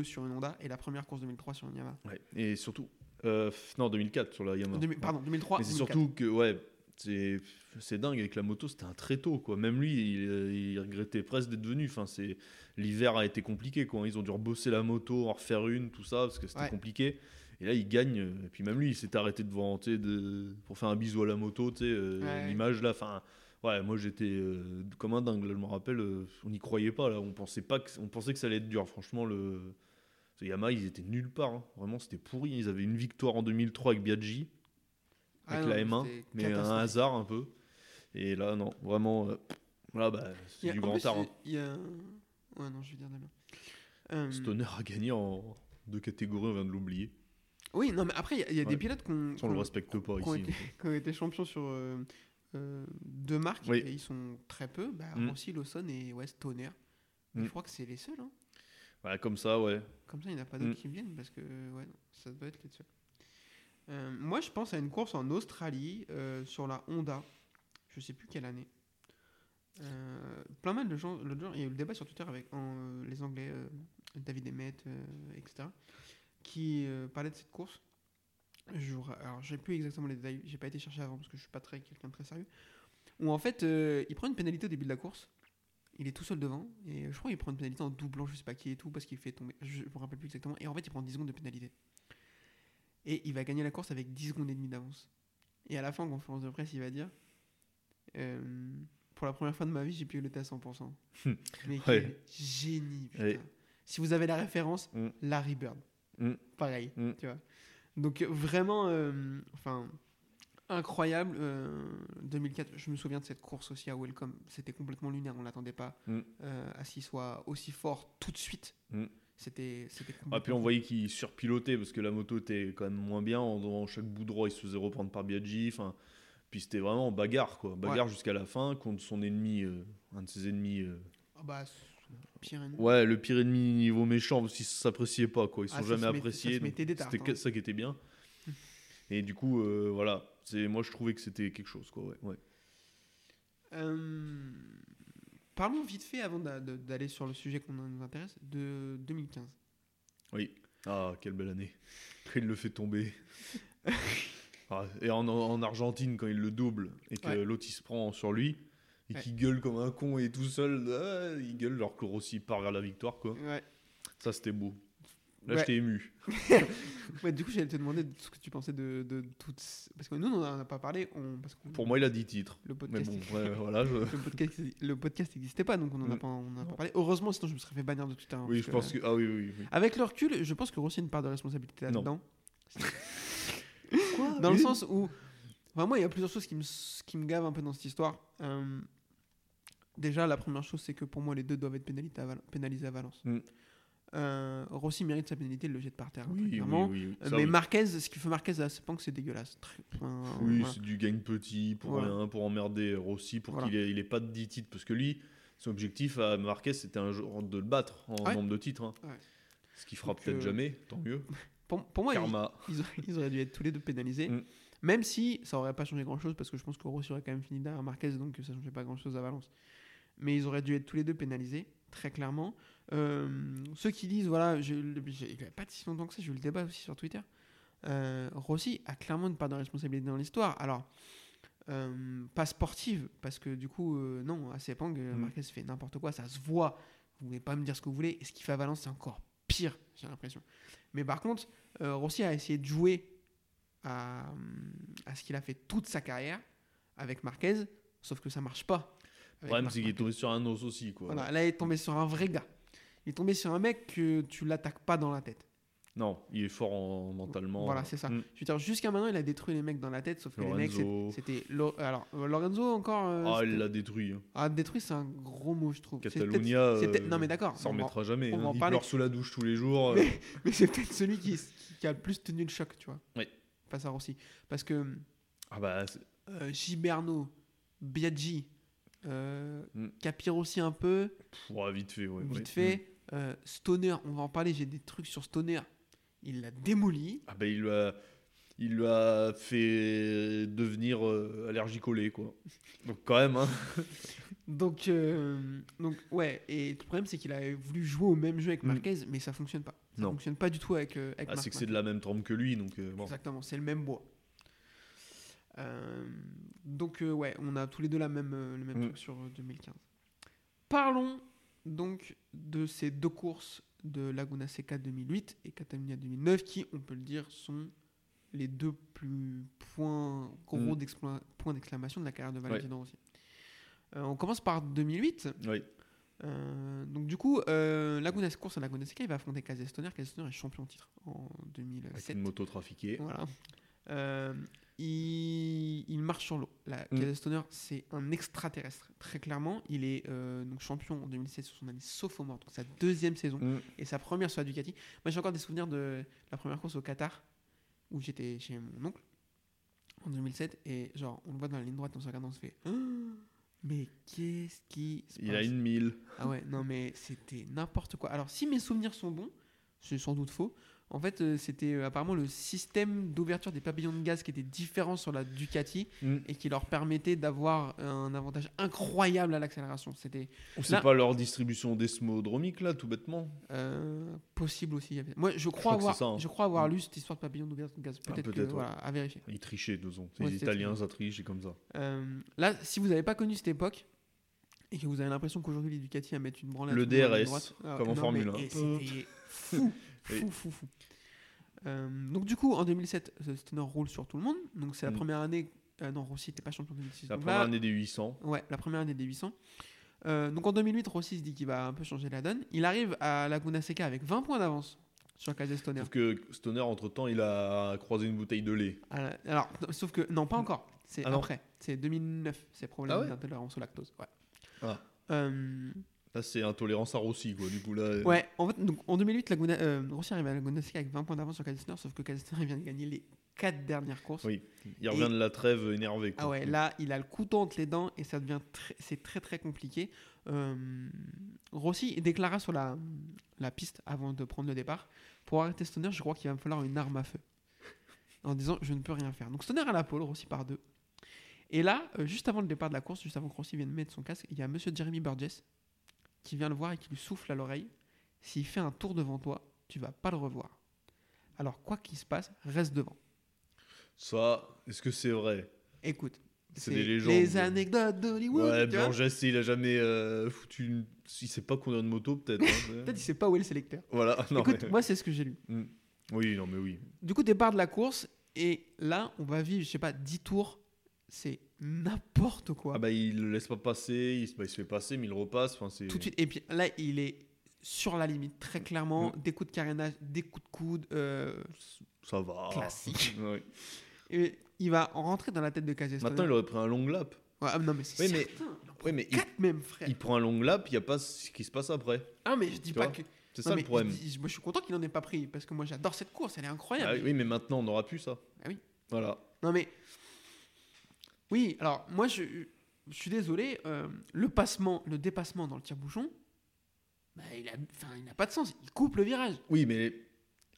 Speaker 2: Oui.
Speaker 1: sur une Honda et la première course 2003 sur une Yamaha.
Speaker 2: Ouais, Et surtout, euh, f- non 2004 sur la Yamaha.
Speaker 1: Deux mille- pardon, 2003.
Speaker 2: Mais c'est
Speaker 1: 2004.
Speaker 2: surtout que, ouais, c'est, c'est dingue avec la moto, c'était un très tôt, quoi. Même lui, il, euh, il regrettait presque d'être venu. Enfin, c'est, l'hiver a été compliqué, quoi. Ils ont dû rebosser la moto, en refaire une, tout ça, parce que c'était
Speaker 1: Ouais.
Speaker 2: compliqué. Et là, il gagne. Et puis même lui, il s'est arrêté devant, tu sais, de, pour faire un bisou à la moto, tu sais, euh,
Speaker 1: Ouais.
Speaker 2: l'image là. Enfin, ouais, moi j'étais euh, comme un dingue. Là, je me rappelle, euh, on n'y croyait pas. Là, on pensait pas que, on pensait que ça allait être dur. Franchement, le ce Yamaha, ils étaient nulle part. hein. Vraiment, c'était pourri. Ils avaient une victoire en 2003 avec Biaggi
Speaker 1: Ah
Speaker 2: avec
Speaker 1: non,
Speaker 2: la M1,
Speaker 1: c'était
Speaker 2: mais un
Speaker 1: catastrophique.
Speaker 2: hasard un peu. Et là, non, vraiment, euh, là, bah,
Speaker 1: Il y
Speaker 2: c'est
Speaker 1: a-
Speaker 2: du
Speaker 1: en
Speaker 2: grand
Speaker 1: plus,
Speaker 2: art. hein.
Speaker 1: Il y a. Ouais, non, je vais dire Damien. Euh,
Speaker 2: Stoner a gagné en deux catégories, on vient de l'oublier.
Speaker 1: Oui, non, mais après, il y a, il y a des
Speaker 2: Ouais.
Speaker 1: pilotes qui ont,
Speaker 2: Ça, On le
Speaker 1: qui ont-
Speaker 2: respecte pas
Speaker 1: qui ont
Speaker 2: ici.
Speaker 1: été, qui ont été champions sur euh, euh, deux marques
Speaker 2: Oui.
Speaker 1: et ils sont très peu. Bah,
Speaker 2: Mm.
Speaker 1: Rossi, Lawson et West Stoner. Mais
Speaker 2: Mm.
Speaker 1: Je crois que c'est les seuls. hein.
Speaker 2: Ouais, comme ça, ouais.
Speaker 1: Comme ça, il n'y en a pas d'autres
Speaker 2: Mm.
Speaker 1: qui viennent parce que ouais, non, ça doit être les seuls. Euh, moi, je pense à une course en Australie euh, sur la Honda. Je sais plus quelle année. Euh, plein mal de gens. L'autre jour, il y a eu le débat sur Twitter avec en, euh, les Anglais, euh, David Emmett, euh, etc., qui euh, parlaient de cette course. Je vous ra- alors, j'ai plus exactement les détails. J'ai pas été chercher avant parce que je suis pas très quelqu'un de très sérieux. Où en fait, euh, il prend une pénalité au début de la course. Il est tout seul devant, et je crois qu'il prend une pénalité en doublant, je sais pas qui et tout, parce qu'il fait tomber, je me rappelle plus exactement, et en fait il prend 10 secondes de pénalité. Et il va gagner la course avec 10 secondes et demie d'avance. Et à la fin, en conférence de presse, il va dire euh, Pour la première fois de ma vie, j'ai piloté à 100%. Mais quel
Speaker 2: Ouais.
Speaker 1: génie, putain.
Speaker 2: Ouais.
Speaker 1: Si vous avez la référence,
Speaker 2: Mm.
Speaker 1: Larry Bird.
Speaker 2: Mm.
Speaker 1: Pareil,
Speaker 2: Mm.
Speaker 1: tu vois. Donc euh, vraiment, euh, enfin, incroyable. euh, 2004, je me souviens de cette course aussi à Welcome. C'était complètement lunaire, on l'attendait pas
Speaker 2: Mm.
Speaker 1: euh, à ce qu'il soit aussi fort tout de suite.
Speaker 2: Mm.
Speaker 1: C'était, c'était
Speaker 2: Ah, puis
Speaker 1: complètement
Speaker 2: on voyait qu'il surpilotait parce que la moto était quand même moins bien. En, en chaque bout droit, il se faisait reprendre par Biaggi. Enfin, puis c'était vraiment bagarre, quoi. Bagarre jusqu'à la fin contre son ennemi, euh, un de ses ennemis. euh.
Speaker 1: fou. Ah bah, pire ennemi.
Speaker 2: Ouais, le pire ennemi niveau méchant, parce qu'ils s'appréciaient pas, quoi. Ils sont
Speaker 1: Ah, ça se
Speaker 2: jamais
Speaker 1: met- ça
Speaker 2: appréciés.
Speaker 1: se
Speaker 2: donc
Speaker 1: mettait des tartes,
Speaker 2: C'était que-
Speaker 1: hein.
Speaker 2: ça qui était bien. Et du coup, euh, voilà. C'est moi, je trouvais que c'était quelque chose, quoi. Ouais. ouais.
Speaker 1: Euh, parlons vite fait avant d'a- de- d'aller sur le sujet qu'on nous intéresse de 2015.
Speaker 2: Ah, quelle belle année. Quand il le fait tomber. Ah, et en, en Argentine, quand il le double et que
Speaker 1: Ouais.
Speaker 2: l'autre il se prend sur lui et
Speaker 1: Ouais.
Speaker 2: qu'il gueule comme un con et tout seul, ah, il gueule alors que Rossi part vers la victoire, quoi.
Speaker 1: Ouais.
Speaker 2: Ça, c'était beau. Là,
Speaker 1: Ouais.
Speaker 2: j'étais ému.
Speaker 1: Ouais, du coup, j'allais te demander de ce que tu pensais de, de, toutes. Parce que nous, on n'en a pas parlé. On, parce que
Speaker 2: Pour moi, il a 10 titres.
Speaker 1: le
Speaker 2: Mais
Speaker 1: podcast.
Speaker 2: bon, ouais, voilà. je-
Speaker 1: Le podcast, le podcast n'existait pas, donc on n'en a
Speaker 2: Mm.
Speaker 1: pas, on en a pas
Speaker 2: Non.
Speaker 1: parlé. Heureusement, sinon je me serais fait bannir de Twitter. hein,
Speaker 2: Oui,
Speaker 1: parce
Speaker 2: je pense que. Ah oui, oui. oui.
Speaker 1: Avec le recul, je pense que Rossi a une part de responsabilité
Speaker 2: Non.
Speaker 1: là-dedans. dans le
Speaker 2: Oui.
Speaker 1: sens où. Enfin, moi, il y a plusieurs choses qui me, s- qui me gavent un peu dans cette histoire. Euh, déjà, la première chose, c'est que pour moi, les deux doivent être pénalité à Val- pénalisés à Valence.
Speaker 2: Mm.
Speaker 1: Euh, Rossi mérite sa pénalité, il le jette par terre. hein,
Speaker 2: Oui,
Speaker 1: très
Speaker 2: oui,
Speaker 1: clairement.
Speaker 2: oui, oui.
Speaker 1: Euh,
Speaker 2: Ça,
Speaker 1: mais
Speaker 2: oui.
Speaker 1: Marquez, ce qu'il fait Marquez à Sepang, c'est dégueulasse. Très- enfin,
Speaker 2: Oui,
Speaker 1: voilà.
Speaker 2: c'est du gain petit pour
Speaker 1: Voilà.
Speaker 2: rien, pour emmerder Rossi, pour
Speaker 1: Voilà.
Speaker 2: qu'il ait, il ait pas de 10 titres. Parce que lui, son objectif à Marquez, c'était un jour de le battre en
Speaker 1: Ouais.
Speaker 2: nombre de titres. hein.
Speaker 1: Ouais.
Speaker 2: Ce qui fera
Speaker 1: Donc,
Speaker 2: peut-être
Speaker 1: euh,
Speaker 2: jamais, tant mieux.
Speaker 1: Pour, pour moi, il-
Speaker 2: Karma.
Speaker 1: ils, auraient- ils auraient dû être tous les deux pénalisés.
Speaker 2: Mm.
Speaker 1: Même si ça aurait pas changé grand chose, parce que je pense que Rossi aurait quand même fini derrière Marquez, donc ça changeait pas grand chose à Valence. Mais ils auraient dû être tous les deux pénalisés, très clairement. Euh, ceux qui disent, voilà, j'ai eu le- j'ai- il n'y a pas si longtemps que ça, j'ai eu le débat aussi sur Twitter. Euh, Rossi a clairement une part de responsabilité dans l'histoire. Alors, euh, pas sportive, parce que du coup, euh, non, à Sepang, euh,
Speaker 2: Mm.
Speaker 1: Marquez fait n'importe quoi, ça se voit. Vous pouvez pas me dire ce que vous voulez. Et ce qu'il fait à Valence, c'est encore pire, j'ai l'impression. Mais par contre, euh, Rossi a essayé de jouer à, à ce qu'il a fait toute sa carrière avec Marquez, sauf que ça marche pas.
Speaker 2: Le
Speaker 1: avec
Speaker 2: problème,
Speaker 1: Marquez.
Speaker 2: c'est qu'il est tombé sur un os aussi. Quoi.
Speaker 1: Voilà, là, il est tombé sur un vrai gars. Il est tombé sur un mec que tu l'attaques pas dans la tête.
Speaker 2: Non, il est fort en- mentalement.
Speaker 1: Voilà, c'est ça.
Speaker 2: Mm.
Speaker 1: Je veux dire, jusqu'à maintenant, il a détruit les mecs dans la tête, sauf que les
Speaker 2: Lorenzo.
Speaker 1: mecs, c'est- c'était. Lo- Alors, euh, Lorenzo, encore. euh,
Speaker 2: Ah,
Speaker 1: c'était-
Speaker 2: il l'a détruit. hein.
Speaker 1: Ah, détruit, c'est un gros mot, je trouve. C'est peut-être-
Speaker 2: Catalunya.
Speaker 1: c'est
Speaker 2: euh,
Speaker 1: peut-être- non, mais d'accord.
Speaker 2: Ça
Speaker 1: on va-
Speaker 2: remettra jamais.
Speaker 1: on
Speaker 2: hein.
Speaker 1: va en
Speaker 2: Il
Speaker 1: parler.
Speaker 2: pleure sous la douche tous les jours.
Speaker 1: Mais- Mais c'est peut-être celui qui, qui a le plus tenu le choc, tu vois.
Speaker 2: Oui.
Speaker 1: Face à Rossi. Parce que
Speaker 2: Ah bah, c'est-
Speaker 1: euh, Giberno, Biaggi, euh,
Speaker 2: Mm.
Speaker 1: Capir aussi un peu,
Speaker 2: pff, ouais, vite fait. ouais,
Speaker 1: vite
Speaker 2: ouais. Mm.
Speaker 1: fait. euh, Stoner, on va en parler, j'ai des trucs sur Stoner. Il l'a démoli.
Speaker 2: Ah bah, il lui a, il lui a fait devenir euh, allergique au lait, quoi. Donc, quand même, hein.
Speaker 1: Donc, euh, donc ouais, et le problème c'est qu'il avait voulu jouer au même jeu avec
Speaker 2: Mm.
Speaker 1: Marquez, mais ça fonctionne pas. Ça
Speaker 2: Non.
Speaker 1: fonctionne pas du tout avec, euh, avec
Speaker 2: Ah,
Speaker 1: Marc
Speaker 2: c'est que c'est
Speaker 1: Marquez.
Speaker 2: de la même trempe que lui, donc euh, bon.
Speaker 1: Exactement, c'est le même bois. Euh, donc euh, ouais, on a tous les deux la même, euh, le même
Speaker 2: Mm.
Speaker 1: truc sur euh, 2015. Parlons donc de ces deux courses de Laguna Seca 2008 et Catalunya 2009 qui, on peut le dire, sont les deux plus points gros
Speaker 2: Mm.
Speaker 1: d'exploit- points d'exclamation de la carrière de Valentino Rossi. Euh, on commence par 2008.
Speaker 2: Oui.
Speaker 1: Euh, donc du coup, euh, Laguna course à Laguna Seca, il va affronter Casey Stoner. Casey Stoner est champion en titre en
Speaker 2: Avec
Speaker 1: 2007.
Speaker 2: une moto trafiquée.
Speaker 1: Voilà. Euh, il, il marche sur l'eau. La
Speaker 2: Mm.
Speaker 1: Kyle Stoner, c'est un extraterrestre, très clairement. Il est euh, donc champion en 2016 sur son année sophomore, donc sa deuxième saison
Speaker 2: Mm.
Speaker 1: et sa première sur la Ducati. Moi, j'ai encore des souvenirs de la première course au Qatar où j'étais chez mon oncle en 2007 et genre on le voit dans la ligne droite, on se regarde, on se fait. Ah, Mais qu'est-ce qui se
Speaker 2: Il a
Speaker 1: passe
Speaker 2: une mille.
Speaker 1: ah ouais, non mais c'était n'importe quoi. Alors si mes souvenirs sont bons, c'est sans doute faux. En fait, euh, c'était euh, apparemment le système d'ouverture des papillons de gaz qui était différent sur la Ducati
Speaker 2: Mm.
Speaker 1: et qui leur permettait d'avoir un avantage incroyable à l'accélération. C'était
Speaker 2: Ou
Speaker 1: Là-
Speaker 2: c'est pas leur distribution d'esmodromique, là, tout bêtement
Speaker 1: euh, possible aussi. il y avait- Moi, je crois,
Speaker 2: crois que
Speaker 1: avoir,
Speaker 2: c'est ça, hein. Ah,
Speaker 1: je crois avoir lu cette histoire de papillons d'ouverture de gaz. Peut-être que,
Speaker 2: peut-être, ouais.
Speaker 1: voilà, à vérifier.
Speaker 2: Ils trichaient, deux ans. C'est
Speaker 1: Ouais,
Speaker 2: les
Speaker 1: c'est-
Speaker 2: Italiens, ça triche, c'est comme ça.
Speaker 1: Euh, là, si vous n'avez pas connu cette époque et que vous avez l'impression qu'aujourd'hui les Ducati à mettre une branlée à
Speaker 2: Le
Speaker 1: tout monde à la
Speaker 2: DRS,
Speaker 1: droite, ah,
Speaker 2: comme en
Speaker 1: non,
Speaker 2: Formule
Speaker 1: mais-
Speaker 2: 1.
Speaker 1: et C'était fou,
Speaker 2: Oui.
Speaker 1: fou, fou, fou. Euh, donc du coup, en 2007, The Stoner euh, roule sur tout le monde. Donc c'est la
Speaker 2: Mm.
Speaker 1: première année. euh, non, Rossi n'était pas champion de 2006.
Speaker 2: C'est la
Speaker 1: donc
Speaker 2: première
Speaker 1: là-
Speaker 2: année des 800.
Speaker 1: Ouais, la première année des 800. Euh, donc en 2008, Rossi se dit qu'il va un peu changer la donne. Il arrive à Laguna Seca avec 20 points d'avance sur Casey Stoner.
Speaker 2: Sauf que Stoner, entre-temps, il a croisé une bouteille de lait.
Speaker 1: Ah là- Alors, non, sauf que, non, pas encore. C'est
Speaker 2: Ah non.
Speaker 1: après. C'est 2009, c'est problème
Speaker 2: Ah ouais
Speaker 1: d'intolérance au lactose. Ouais.
Speaker 2: Ah.
Speaker 1: Euh,
Speaker 2: Là, c'est intolérance à Rossi, quoi. Du coup, là. euh,
Speaker 1: ouais, en fait, donc, en 2008, Laguna, euh, Rossi arrive à Laguna Seca avec 20 points d'avance sur Calistner, sauf que Calistner vient de gagner les 4 dernières courses.
Speaker 2: Oui. Il revient de la trêve énervé. Quoi.
Speaker 1: Ah ouais, là, il a le couteau entre les dents et ça devient très, c'est très très compliqué. Euh, Rossi déclara sur la, la piste avant de prendre le départ pour arrêter Stoner, je crois qu'il va me falloir une arme à feu. En disant, je ne peux rien faire. Donc Stoner à la pole, Rossi par deux. Et là, euh, juste avant le départ de la course, juste avant que Rossi vienne mettre son casque, il y a monsieur Jeremy Burgess qui vient le voir et qui lui souffle à l'oreille S'il fait un tour devant toi, tu vas pas le revoir. Alors, quoi qu'il se passe, reste devant.
Speaker 2: Ça, est-ce que c'est vrai
Speaker 1: Écoute.
Speaker 2: C'est des légendes.
Speaker 1: Les anecdotes d'Hollywood.
Speaker 2: Ouais,
Speaker 1: tu vois.
Speaker 2: Burgess, il a jamais euh, foutu une. Il sait pas conduire une moto, peut-être. hein.
Speaker 1: Peut-être il sait pas où est le sélecteur.
Speaker 2: Voilà. Non,
Speaker 1: Écoute,
Speaker 2: mais-
Speaker 1: moi c'est ce que j'ai lu.
Speaker 2: Mm. Oui, non, mais oui.
Speaker 1: Du coup, départ de la course et là, on va vivre, je sais pas, 10 tours. C'est n'importe quoi.
Speaker 2: Ah bah, il le laisse pas passer, il se, bah, il se fait passer, mais il repasse. Enfin, c'est.
Speaker 1: Tout de suite. Et puis là, il est sur la limite, très clairement.
Speaker 2: Mm.
Speaker 1: Des coups de carénage, des coups de coude. euh,
Speaker 2: Ça va.
Speaker 1: Classique.
Speaker 2: Ouais.
Speaker 1: et il va rentrer dans la tête de Casey
Speaker 2: Maintenant,
Speaker 1: Stoner.
Speaker 2: il aurait pris un long lap.
Speaker 1: Ouais, ah, non, mais c'est
Speaker 2: Oui, mais-
Speaker 1: certain. Il en prend
Speaker 2: Oui, mais il,
Speaker 1: quatre même, frère.
Speaker 2: il prend un long lap, il n'y a pas ce qui se passe après.
Speaker 1: Ah, mais je dis
Speaker 2: Tu
Speaker 1: pas
Speaker 2: vois,
Speaker 1: que.
Speaker 2: C'est
Speaker 1: Non,
Speaker 2: ça
Speaker 1: mais
Speaker 2: le
Speaker 1: je
Speaker 2: problème.
Speaker 1: dis- moi, je suis content qu'il n'en ait pas pris parce que moi, j'adore cette course. Elle est incroyable.
Speaker 2: Ah oui, mais maintenant, on n'aura plus ça.
Speaker 1: Ah oui.
Speaker 2: Voilà.
Speaker 1: Non mais oui, alors moi je, je suis désolé, euh, le passement, le dépassement dans le tire-bouchon, bah, il a, enfin, il n'a pas de sens. Il coupe le virage.
Speaker 2: Oui, mais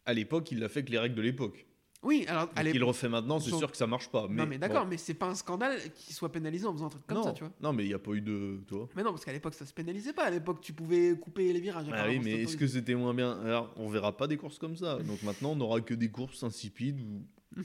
Speaker 2: à l'époque, il l'a fait avec les règles de l'époque.
Speaker 1: Oui, alors
Speaker 2: Donc,
Speaker 1: allez.
Speaker 2: il le refait maintenant, c'est
Speaker 1: Sur-
Speaker 2: sûr que ça marche pas. Mais,
Speaker 1: non mais d'accord, mais c'est pas un scandale qui soit pénalisé en faisant un truc
Speaker 2: bon.
Speaker 1: comme
Speaker 2: non.
Speaker 1: ça, tu vois.
Speaker 2: Non, mais il n'y a pas eu de. Tu vois
Speaker 1: Mais non, parce qu'à l'époque ça se pénalisait pas. À l'époque tu pouvais couper les virages.
Speaker 2: Ah oui,
Speaker 1: apparemment,
Speaker 2: mais
Speaker 1: c'était
Speaker 2: est-ce que c'était moins bien Alors, on verra pas des courses comme ça. Donc maintenant, on n'aura que des courses insipides où...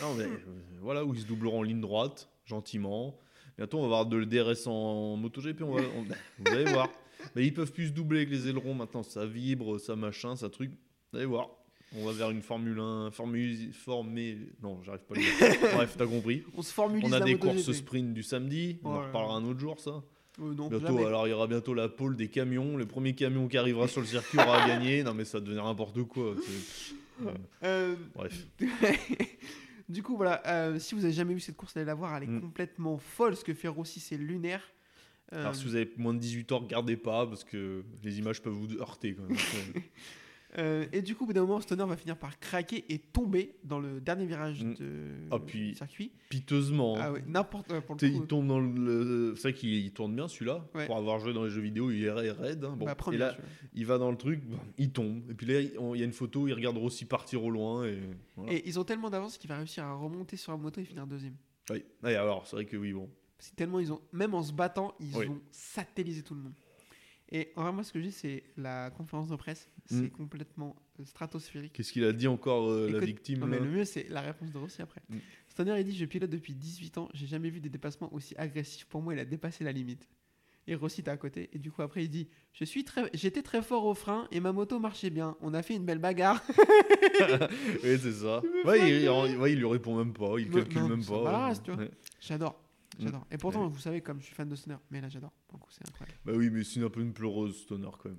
Speaker 2: Non, mais, euh, voilà, où ils se doubleront en ligne droite, gentiment. Bientôt, on va avoir de le DRS en MotoGP. On va... on- Vous allez voir. Mais ils peuvent plus se doubler avec les ailerons maintenant. Ça vibre, ça machin, ça truc. Vous allez voir. On va vers une Formule 1, Formule... Formée... Non, j'arrive pas à le dire. Bref, t'as compris.
Speaker 1: On se formulise
Speaker 2: On a
Speaker 1: la
Speaker 2: des
Speaker 1: MotoGP.
Speaker 2: courses sprint du samedi. On
Speaker 1: Oh
Speaker 2: en
Speaker 1: là
Speaker 2: reparlera un autre jour, ça.
Speaker 1: Euh, non,
Speaker 2: Bientôt,
Speaker 1: jamais.
Speaker 2: alors il y aura bientôt la pôle des camions. Le premier camion qui arrivera sur le circuit aura gagné. Non, mais ça devient n'importe quoi. c'est-
Speaker 1: Euh,
Speaker 2: Bref.
Speaker 1: du coup, voilà, euh, si vous avez jamais vu cette course, allez la voir, elle est
Speaker 2: Mm.
Speaker 1: complètement folle. Ce que fait Rossi, c'est lunaire. Euh,
Speaker 2: Alors, si vous avez moins de 18 ans, regardez pas parce que les images peuvent vous heurter quand même.
Speaker 1: euh, et du coup, au bout d'un moment, Stoner va finir par craquer et tomber dans le dernier virage
Speaker 2: Mm.
Speaker 1: de
Speaker 2: Ah, puis-
Speaker 1: circuit.
Speaker 2: Piteusement. hein.
Speaker 1: Ah ouais, n'importe ouais, pour
Speaker 2: Tu
Speaker 1: le
Speaker 2: sais,
Speaker 1: coup,
Speaker 2: il tombe dans le. C'est vrai qu'il il tourne bien celui-là.
Speaker 1: Ouais.
Speaker 2: Pour avoir joué dans les jeux vidéo, il est raide. hein. Bon.
Speaker 1: bah,
Speaker 2: et
Speaker 1: première,
Speaker 2: là,
Speaker 1: tu vois.
Speaker 2: il va dans le truc, bon, il tombe. Et puis là, il on- il y a une photo, il regarde Rossi partir au loin. Et, voilà.
Speaker 1: Et ils ont tellement d'avance qu'il va réussir à remonter sur la moto et finir deuxième.
Speaker 2: Oui. Ouais, alors, c'est vrai que oui, bon.
Speaker 1: C'est tellement ils ont, même en se battant, ils
Speaker 2: Oui.
Speaker 1: ont satellisé tout le monde. Et en vrai, moi, ce que je dis, c'est la conférence de presse,
Speaker 2: Mm.
Speaker 1: c'est complètement euh, stratosphérique.
Speaker 2: Qu'est-ce qu'il a dit encore, euh, la
Speaker 1: Écoute,
Speaker 2: victime
Speaker 1: Non, mais
Speaker 2: là
Speaker 1: le mieux, c'est la réponse de Rossi après.
Speaker 2: Mm.
Speaker 1: Stoner, il dit Je pilote depuis 18 ans, j'ai jamais vu des dépassements aussi agressifs. Pour moi, il a dépassé la limite. Et Rossi était à côté. Et du coup, après, il dit Je suis très, J'étais très fort au frein et ma moto marchait bien. On a fait une belle bagarre.
Speaker 2: Oui, c'est ça.
Speaker 1: Tu me
Speaker 2: Ouais,
Speaker 1: fais
Speaker 2: il,
Speaker 1: gueuler.
Speaker 2: il- ouais, il lui répond même pas, il
Speaker 1: Non,
Speaker 2: calcule
Speaker 1: non,
Speaker 2: même
Speaker 1: ça
Speaker 2: pas.
Speaker 1: m'embarrasse, tu vois.
Speaker 2: Ouais.
Speaker 1: J'adore.
Speaker 2: Mm.
Speaker 1: J'adore. Et pourtant, vous savez, comme je suis fan de Stoner, mais là, j'adore. Pour le coup, c'est incroyable.
Speaker 2: Bah oui, mais c'est un peu une pleureuse, Stoner, quand même.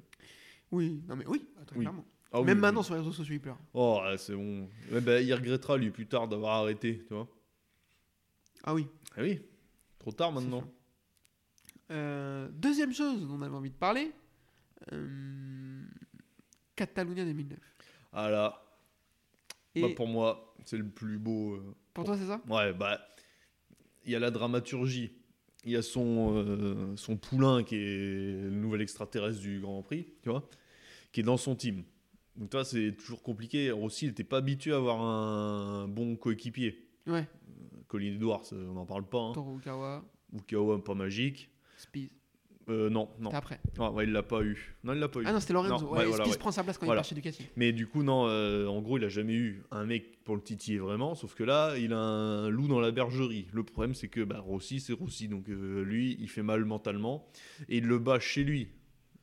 Speaker 1: Oui, non, mais oui, attends,
Speaker 2: Oui.
Speaker 1: clairement.
Speaker 2: Ah oui,
Speaker 1: même
Speaker 2: oui.
Speaker 1: maintenant, sur les réseaux sociaux, il pleure.
Speaker 2: Oh, ah, c'est bon. Ouais, bah, il regrettera, lui, plus tard, d'avoir arrêté, tu vois.
Speaker 1: Ah oui.
Speaker 2: Ah oui, trop tard maintenant.
Speaker 1: C'est sûr. Euh, deuxième chose dont on avait envie de parler, euh, Catalunya 2009.
Speaker 2: Ah là,
Speaker 1: Et
Speaker 2: bah, pour moi, c'est le plus beau. euh,
Speaker 1: pour toi, c'est ça
Speaker 2: Ouais, bah, il y a la dramaturgie. Il y a son, euh, son poulain qui est le nouvel extraterrestre du Grand Prix, tu vois, qui est dans son team. Donc, toi, c'est toujours compliqué. Rossi, il n'était pas habitué à avoir un bon coéquipier.
Speaker 1: Ouais.
Speaker 2: Colin Edwards, euh, on n'en parle pas. Hein.
Speaker 1: Torugawa,
Speaker 2: Ou Kawa, pas magique.
Speaker 1: Spies.
Speaker 2: Euh, non, non.
Speaker 1: T'es après.
Speaker 2: Ah, ouais, il l'a pas eu. Non, il l'a pas eu.
Speaker 1: Ah non, c'était Lorenzo.
Speaker 2: Non,
Speaker 1: ouais,
Speaker 2: ouais,
Speaker 1: et
Speaker 2: voilà,
Speaker 1: Spies
Speaker 2: ouais.
Speaker 1: prend sa place quand il
Speaker 2: Voilà.
Speaker 1: part chez Ducati.
Speaker 2: Mais du coup, non, euh, en gros, il a jamais eu un mec pour le titiller vraiment, sauf que là, il a un loup dans la bergerie. Le problème, c'est que bah, Rossi, c'est Rossi, donc euh, lui, il fait mal mentalement, et il le bat chez lui.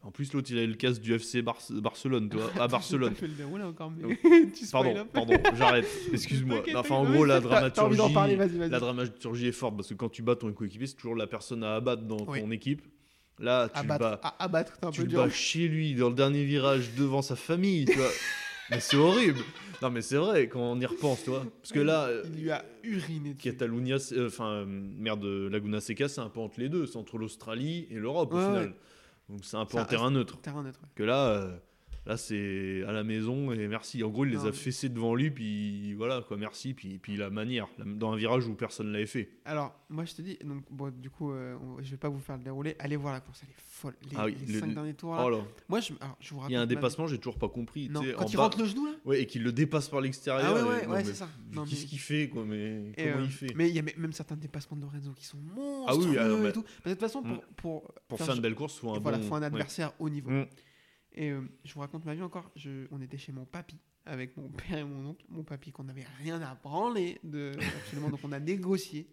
Speaker 2: En plus, l'autre, il a le casque du FC Bar- Barcelone, toi, à Barcelone.
Speaker 1: Tu le déroulé encore, mais
Speaker 2: Oh.
Speaker 1: tu spoil
Speaker 2: Pardon,
Speaker 1: un peu.
Speaker 2: pardon, j'arrête, excuse-moi.
Speaker 1: T'inquiète,
Speaker 2: Enfin, en
Speaker 1: t'inquiète,
Speaker 2: gros, la
Speaker 1: t'as- T'as envie d'en
Speaker 2: dramaturgie,
Speaker 1: parler, vas-y, vas-y.
Speaker 2: la dramaturgie est forte, parce que quand tu bats ton coéquipier, c'est toujours la personne à abattre dans
Speaker 1: Oui.
Speaker 2: ton équipe. Là, tu le bats
Speaker 1: Abattre, à- abattre, c'est un
Speaker 2: tu
Speaker 1: peu
Speaker 2: le
Speaker 1: dur.
Speaker 2: bats chez lui dans le dernier virage devant sa famille, tu vois. mais c'est horrible. Non, mais c'est vrai quand on y repense, tu vois. Parce que là, euh,
Speaker 1: Il lui a uriné. dessus.
Speaker 2: Catalunya, c'est- euh, enfin, euh, merde, Laguna Seca, c'est un peu entre les deux. C'est entre l'Australie et l'Europe
Speaker 1: Ouais,
Speaker 2: au final. Donc c'est un peu
Speaker 1: Ça
Speaker 2: en terrain neutre.
Speaker 1: Terrain neutre. ouais.
Speaker 2: Que là, euh, là c'est à la maison et merci. En gros, il les
Speaker 1: Non, mais-
Speaker 2: a fessés devant lui, puis voilà, quoi, merci. Puis, puis la manière, la- dans un virage où personne l'avait fait.
Speaker 1: Alors, moi je te dis, donc bon, du coup, euh, on- je vais pas vous faire le déroulé. Allez voir la course, elle est folle. Les,
Speaker 2: Ah oui,
Speaker 1: les
Speaker 2: le-
Speaker 1: cinq
Speaker 2: le-
Speaker 1: derniers tours. Là.
Speaker 2: Oh là,
Speaker 1: Moi, je, alors, je vous raconte
Speaker 2: il y a un
Speaker 1: ma vie.
Speaker 2: dépassement, j'ai toujours pas compris. tu
Speaker 1: Non,
Speaker 2: sais, en
Speaker 1: quand il
Speaker 2: bas-
Speaker 1: rentre le genou là
Speaker 2: Ouais, et qu'il le dépasse par l'extérieur.
Speaker 1: Ah ouais,
Speaker 2: et-
Speaker 1: ouais,
Speaker 2: non,
Speaker 1: ouais,
Speaker 2: mais-
Speaker 1: c'est ça.
Speaker 2: Mais
Speaker 1: Non, mais-
Speaker 2: Qu'est-ce qu'il fait, quoi Mais
Speaker 1: Et,
Speaker 2: comment
Speaker 1: euh,
Speaker 2: il fait
Speaker 1: Mais il y a mé- même certains dépassements de Lorenzo qui sont
Speaker 2: Ah
Speaker 1: monstrueux
Speaker 2: oui, alors,
Speaker 1: et
Speaker 2: bah,
Speaker 1: tout. Mais de toute façon, pour,
Speaker 2: mm.
Speaker 1: pour,
Speaker 2: Pour
Speaker 1: faire
Speaker 2: faire une belle course, faut un
Speaker 1: Et voilà,
Speaker 2: bon-
Speaker 1: faut un
Speaker 2: ouais.
Speaker 1: adversaire haut niveau.
Speaker 2: Mm.
Speaker 1: Et euh, je vous raconte ma vie encore. Je, on était chez mon papy avec mon père et mon oncle. Mon papy qu'on n'avait rien à branler de absolument, donc on a négocié.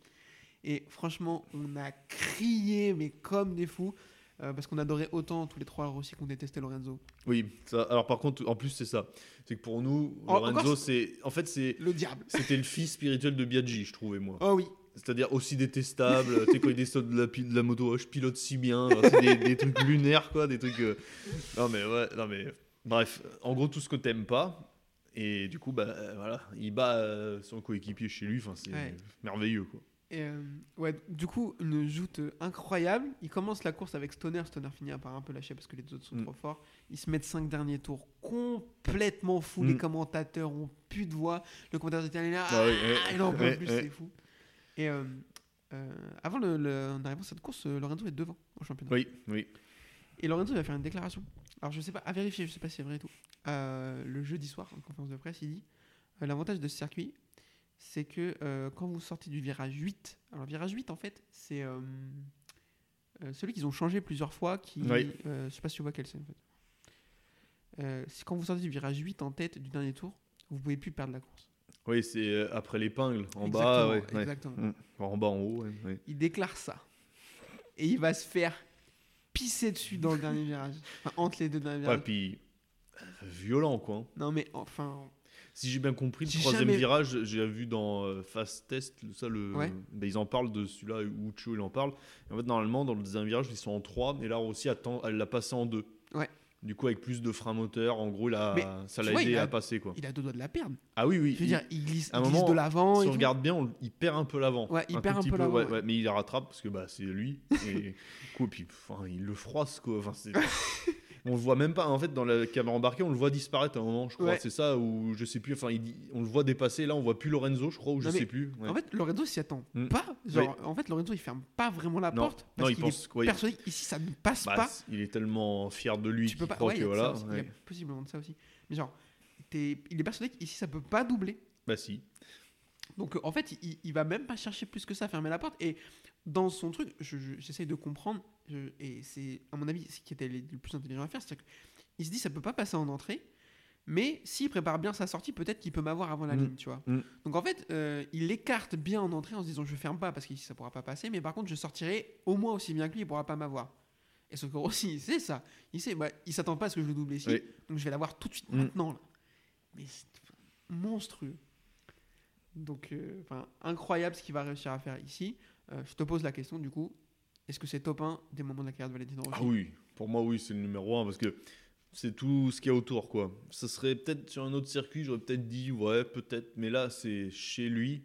Speaker 1: Et franchement, on a crié mais comme des fous euh, parce qu'on adorait autant tous les trois Rossi qu'on détestait Lorenzo.
Speaker 2: Oui, ça- alors par contre, en plus, c'est ça. C'est que pour nous,
Speaker 1: En-
Speaker 2: Lorenzo,
Speaker 1: encore-
Speaker 2: c'est. En fait, c'est.
Speaker 1: Le diable.
Speaker 2: C'était le fils spirituel de Biaggi, je trouvais, moi.
Speaker 1: Oh oui.
Speaker 2: C'est-à-dire aussi détestable. tu sais, quand il descend de la, pi- de la moto, oh, je pilote si bien. Alors, c'est des, des trucs lunaires, quoi. Des trucs. euh, Non, mais ouais, non, mais. Bref, en gros, tout ce que t'aimes pas. Et du coup, bah euh, voilà, il bat euh, son coéquipier chez lui. Enfin, c'est
Speaker 1: Ouais.
Speaker 2: merveilleux, quoi.
Speaker 1: Et euh, ouais, du coup, une joute euh, incroyable. Il commence la course avec Stoner. Stoner finit par un peu lâcher parce que les autres sont
Speaker 2: Mm.
Speaker 1: trop forts. Ils se mettent cinq derniers tours complètement fous. Les
Speaker 2: Mm.
Speaker 1: commentateurs ont plus de voix. Le commentateur italien est là.
Speaker 2: Ah oui,
Speaker 1: ah,
Speaker 2: ouais,
Speaker 1: il en peut
Speaker 2: ouais,
Speaker 1: plus,
Speaker 2: ouais.
Speaker 1: c'est fou. Et euh, euh, avant le, le- en arrivant à cette course, euh, Lorenzo est devant au championnat.
Speaker 2: Oui, oui.
Speaker 1: Et Lorenzo va faire une déclaration. Alors je sais pas, à vérifier, je sais pas si c'est vrai et tout. Euh, le jeudi soir, en conférence de presse, il dit euh, L'avantage de ce circuit, c'est que euh, quand vous sortez du virage 8, alors le virage 8, en fait, c'est euh, euh, celui qu'ils ont changé plusieurs fois. Qui,
Speaker 2: Oui.
Speaker 1: euh, je sais pas si tu vois quel c'est en fait. Euh, c'est quand vous sortez du virage 8 en tête du dernier tour, vous pouvez plus perdre la course.
Speaker 2: Oui, c'est euh, après l'épingle, en bas,
Speaker 1: Exactement,
Speaker 2: ouais, ouais.
Speaker 1: exactement.
Speaker 2: Mm. en bas, en haut. ouais, ouais.
Speaker 1: il déclare ça. Et il va se faire pisser dessus dans le dernier virage. Enfin, entre les deux derniers
Speaker 2: Ouais,
Speaker 1: virages.
Speaker 2: puis euh, violent quoi. hein.
Speaker 1: Non, mais enfin.
Speaker 2: Si j'ai bien compris, le
Speaker 1: J'ai
Speaker 2: troisième
Speaker 1: jamais-
Speaker 2: virage, j'ai vu dans euh, Fast Test, le- ça le,
Speaker 1: Ouais.
Speaker 2: ben, ils en parlent de celui-là où Cho il en parle. Et en fait, normalement, dans le deuxième virage, ils sont en trois, et là aussi, attend, elle l'a passé en deux.
Speaker 1: Ouais.
Speaker 2: Du coup, avec plus de frein moteur, en gros, il a-
Speaker 1: Mais,
Speaker 2: ça
Speaker 1: tu
Speaker 2: l'a
Speaker 1: vois,
Speaker 2: aidé
Speaker 1: il a-
Speaker 2: à passer. quoi.
Speaker 1: Il a deux doigts de la perdre.
Speaker 2: Ah oui, oui.
Speaker 1: Je veux
Speaker 2: il-
Speaker 1: dire, il glisse,
Speaker 2: à un
Speaker 1: il glisse
Speaker 2: moment,
Speaker 1: de l'avant. et
Speaker 2: si on
Speaker 1: tout.
Speaker 2: regarde bien, on- il perd un peu l'avant.
Speaker 1: Ouais, il
Speaker 2: Un
Speaker 1: perd
Speaker 2: tout
Speaker 1: un
Speaker 2: petit
Speaker 1: peu l'avant,
Speaker 2: ouais,
Speaker 1: ouais.
Speaker 2: ouais, mais il la rattrape parce que bah, c'est lui. Et coup, puis enfin, il le froisse. Quoi. Enfin, c'est- on le voit même pas. En fait, dans la caméra embarquée, on le voit disparaître à un moment. Je crois
Speaker 1: Ouais.
Speaker 2: c'est ça où je sais plus. Enfin, il dit- on le voit dépasser. Là, on voit plus Lorenzo, je crois, ou je
Speaker 1: Non, mais
Speaker 2: sais plus. ouais.
Speaker 1: En fait, Lorenzo s'y attend
Speaker 2: Mm.
Speaker 1: pas. Genre, En fait, Lorenzo, il ferme pas vraiment la
Speaker 2: Non.
Speaker 1: porte.
Speaker 2: Non,
Speaker 1: Parce
Speaker 2: il
Speaker 1: qu'il
Speaker 2: pense
Speaker 1: est
Speaker 2: que, ouais, il-
Speaker 1: persuadé que ici, ça ne passe
Speaker 2: Bah,
Speaker 1: pas.
Speaker 2: c- Il est tellement fier de lui
Speaker 1: Tu peux
Speaker 2: qu'il
Speaker 1: pas.
Speaker 2: crois
Speaker 1: ouais, il y
Speaker 2: que
Speaker 1: a de
Speaker 2: voilà.
Speaker 1: ça aussi, il y a
Speaker 2: ouais.
Speaker 1: possiblement de ça aussi. Mais genre, t'es- il est persuadé qu'ici, ça peut pas doubler.
Speaker 2: Bah si.
Speaker 1: Donc euh, en fait, il, il va même pas chercher plus que ça, fermer la porte. Et dans son truc, je- je- j'essaye de comprendre, je- et c'est à mon avis ce qui était le le plus intelligent à faire, c'est-à-dire qu'il se dit ça peut pas passer en entrée, mais s'il prépare bien sa sortie, peut-être qu'il peut m'avoir avant la
Speaker 2: Mm.
Speaker 1: ligne, tu vois.
Speaker 2: Mm.
Speaker 1: Donc en fait, euh, il écarte bien en entrée en se disant je ferme pas parce qu'ici ça pourra pas passer, mais par contre je sortirai au moins aussi bien que lui, il pourra pas m'avoir. Et sauf que aussi, il sait ça. Il sait, bah, il s'attend pas à ce que je le double ici,
Speaker 2: Oui.
Speaker 1: donc je vais l'avoir tout de suite
Speaker 2: Mm.
Speaker 1: maintenant. là. Mais c'est monstrueux. Donc, euh, enfin, incroyable ce qu'il va réussir à faire ici. Euh, je te pose la question, du coup, est-ce que c'est top 1 des moments de la carrière de Valentino Rossi
Speaker 2: Ah oui, pour moi oui, c'est le numéro 1 parce que c'est tout ce qu'il y a autour quoi. Ça serait peut-être sur un autre circuit, j'aurais peut-être dit ouais, peut-être, mais là c'est chez lui.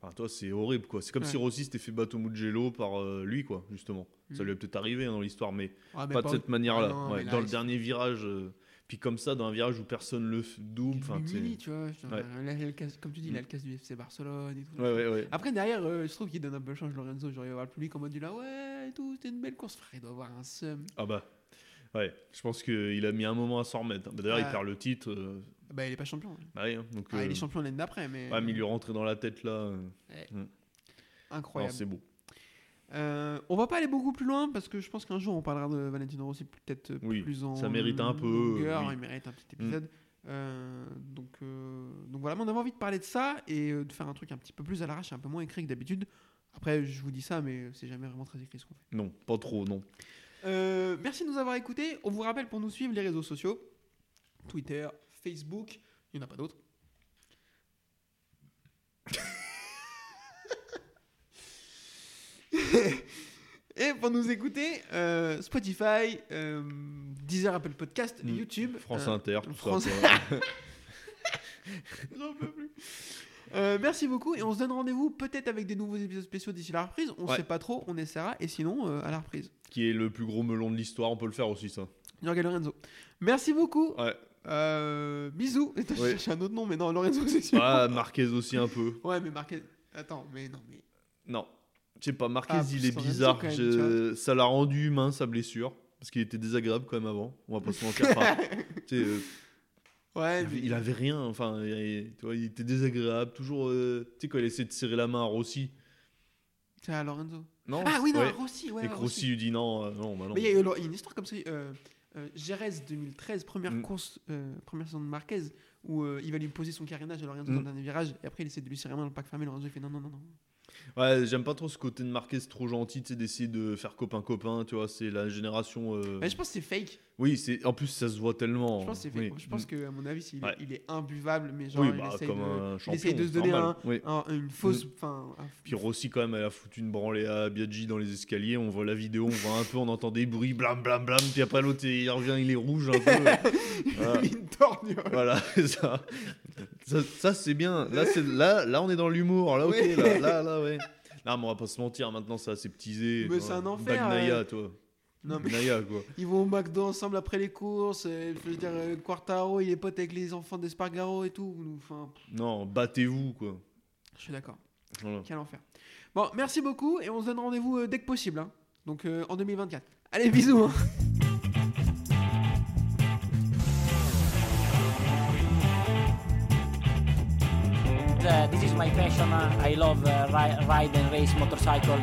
Speaker 2: Enfin, toi, c'est horrible quoi. C'est comme
Speaker 1: Ouais.
Speaker 2: si Rossi s'était fait battre au Mugello par euh, lui quoi, justement. Ça
Speaker 1: Mm.
Speaker 2: lui est peut-être arrivé hein, dans l'histoire, mais
Speaker 1: Ah, mais
Speaker 2: pas de
Speaker 1: pas-
Speaker 2: cette manière-là.
Speaker 1: Ah non,
Speaker 2: Ouais,
Speaker 1: mais là,
Speaker 2: dans le
Speaker 1: il-
Speaker 2: dernier virage, euh, puis comme ça, dans un virage où personne le f- double.
Speaker 1: il
Speaker 2: Enfin, c'est-
Speaker 1: l'humilie, tu vois. genre,
Speaker 2: Ouais.
Speaker 1: là, il a le casse- comme tu dis, il a
Speaker 2: Mm.
Speaker 1: le casse du FC Barcelone et tout.
Speaker 2: Ouais, ouais, ouais.
Speaker 1: Après, derrière, euh, je trouve qu'il donne un peu le change, Lorenzo. Genre, il va voir le public en mode du là, ouais, et tout, c'était une belle course. Frère, il doit avoir un seum.
Speaker 2: Ah bah. Ouais, je pense qu'il a mis un moment à s'en remettre. hein. Bah, D'ailleurs,
Speaker 1: Ouais.
Speaker 2: il perd le titre. euh,
Speaker 1: Bah, il est pas champion.
Speaker 2: bah, ouais, hein, donc,
Speaker 1: Ah, il
Speaker 2: euh,
Speaker 1: est champion l'année d'après, mais.
Speaker 2: ouais, mais il lui rentrait dans la tête là. euh, non,
Speaker 1: Incroyable.
Speaker 2: c'est beau.
Speaker 1: Euh, on va pas aller beaucoup plus loin parce que je pense qu'un jour on parlera de Valentino Rossi peut-être
Speaker 2: Oui,
Speaker 1: plus en
Speaker 2: ça mérite un peu, euh,
Speaker 1: longueur,
Speaker 2: oui. Mm.
Speaker 1: il mérite un petit épisode. Euh, donc, euh, donc voilà, mais on avait envie de parler de ça et euh, de faire un truc un petit peu plus à l'arrache, un peu moins écrit que d'habitude. Après, je vous dis ça, mais c'est jamais vraiment très écrit ce qu'on fait.
Speaker 2: Non, pas trop, non.
Speaker 1: Euh, merci de nous avoir écoutés. On vous rappelle pour nous suivre les réseaux sociaux Twitter, Facebook, il n'y en a pas d'autres. Et pour nous écouter, euh, Spotify, euh, Deezer, Apple Podcast,
Speaker 2: Mm.
Speaker 1: YouTube,
Speaker 2: France
Speaker 1: euh,
Speaker 2: Inter, tout
Speaker 1: France-
Speaker 2: ça. quoi.
Speaker 1: J'en peux plus. Euh, merci beaucoup et on se donne rendez-vous peut-être avec des nouveaux épisodes spéciaux d'ici la reprise. On
Speaker 2: Ouais.
Speaker 1: sait pas trop, on essaiera et sinon euh, à la reprise.
Speaker 2: qui est le plus gros melon de l'histoire, on peut le faire aussi, ça.
Speaker 1: Jorge Lorenzo. Merci beaucoup.
Speaker 2: Ouais,
Speaker 1: Euh, bisous. Et toi, je
Speaker 2: Oui.
Speaker 1: cherchais un autre nom, mais non, Lorenzo, c'est sûr.
Speaker 2: ah, Marquez aussi un peu.
Speaker 1: Ouais, mais Marquez. Attends, mais non, mais.
Speaker 2: Non, je sais pas, Marquez,
Speaker 1: Ah,
Speaker 2: il est
Speaker 1: putain, même
Speaker 2: bizarre.
Speaker 1: ça, quand même,
Speaker 2: Je-
Speaker 1: tu
Speaker 2: Ça l'a rendu humain, sa blessure. Parce qu'il était désagréable quand même avant, on va pas se mentir. Enfin, tu sais, euh,
Speaker 1: Ouais,
Speaker 2: il, avait,
Speaker 1: mais-
Speaker 2: il avait rien, enfin, il, tu vois, il était désagréable, toujours. euh, tu sais, quand il essayait de serrer la main à Rossi.
Speaker 1: C'est à Lorenzo.
Speaker 2: Non,
Speaker 1: Ah oui, non,
Speaker 2: ouais.
Speaker 1: Rossi, ouais.
Speaker 2: Et que Rossi lui dit non, euh, non, bah non.
Speaker 1: Mais il y a eu alors, une histoire comme ça. Euh, euh, Jerez 2013, première
Speaker 2: Mm.
Speaker 1: course, euh, première saison de Marquez, où euh, il va lui poser son carénage à Lorenzo
Speaker 2: Mm. Euh,
Speaker 1: dans le dernier virage, et après il essaie de lui serrer la main dans le pack fermé. Lorenzo il fait non, non, non, non.
Speaker 2: Ouais, j'aime pas trop ce côté de Marquez trop gentil, tu sais, d'essayer de faire copain-copain, tu vois, c'est la génération. euh,
Speaker 1: Mais je pense que c'est fake.
Speaker 2: Oui, c'est en plus ça se voit tellement.
Speaker 1: Je pense que c'est
Speaker 2: oui. Mm.
Speaker 1: fake. Je pense que, à mon avis, il, est-
Speaker 2: Ouais.
Speaker 1: il est imbuvable, mais genre,
Speaker 2: Oui,
Speaker 1: il
Speaker 2: bah,
Speaker 1: essaye
Speaker 2: comme
Speaker 1: de-
Speaker 2: un champion.
Speaker 1: essaye de se
Speaker 2: c'est
Speaker 1: donner
Speaker 2: normal. Oui.
Speaker 1: un- une fausse. Enfin, un-
Speaker 2: Puis Rossi quand même, elle a foutu une branlée à Biaggi dans les escaliers. On voit la vidéo, on voit un peu, on entend des bruits, blam blam blam. Puis après l'autre, il revient, il est rouge un peu. Voilà.
Speaker 1: une torgnole.
Speaker 2: Voilà, ça, ça, ça, c'est bien. Là, c'est là, là, on est dans l'humour. Là, ok,
Speaker 1: Oui.
Speaker 2: là, là, là, ouais. Là, mais on va pas se mentir. Maintenant, c'est aseptisé.
Speaker 1: Mais
Speaker 2: tu
Speaker 1: c'est
Speaker 2: vois.
Speaker 1: un enfer,
Speaker 2: Bagnaia,
Speaker 1: euh.
Speaker 2: toi.
Speaker 1: Non, mais-
Speaker 2: Bagnaia, quoi.
Speaker 1: Ils vont au McDo ensemble après les courses. euh, je veux dire, euh, Quartaro, il est pote avec les enfants d'Espargaro et tout. nous, Enfin,
Speaker 2: Non, battez-vous, quoi.
Speaker 1: je suis d'accord.
Speaker 2: Voilà.
Speaker 1: Quel enfer. Bon, merci beaucoup et on se donne rendez-vous euh, dès que possible. hein. Donc euh, en 2024. Allez, bisous. hein.
Speaker 3: Uh, this is my passion. Uh, I love uh, ri- ride and race motorcycle.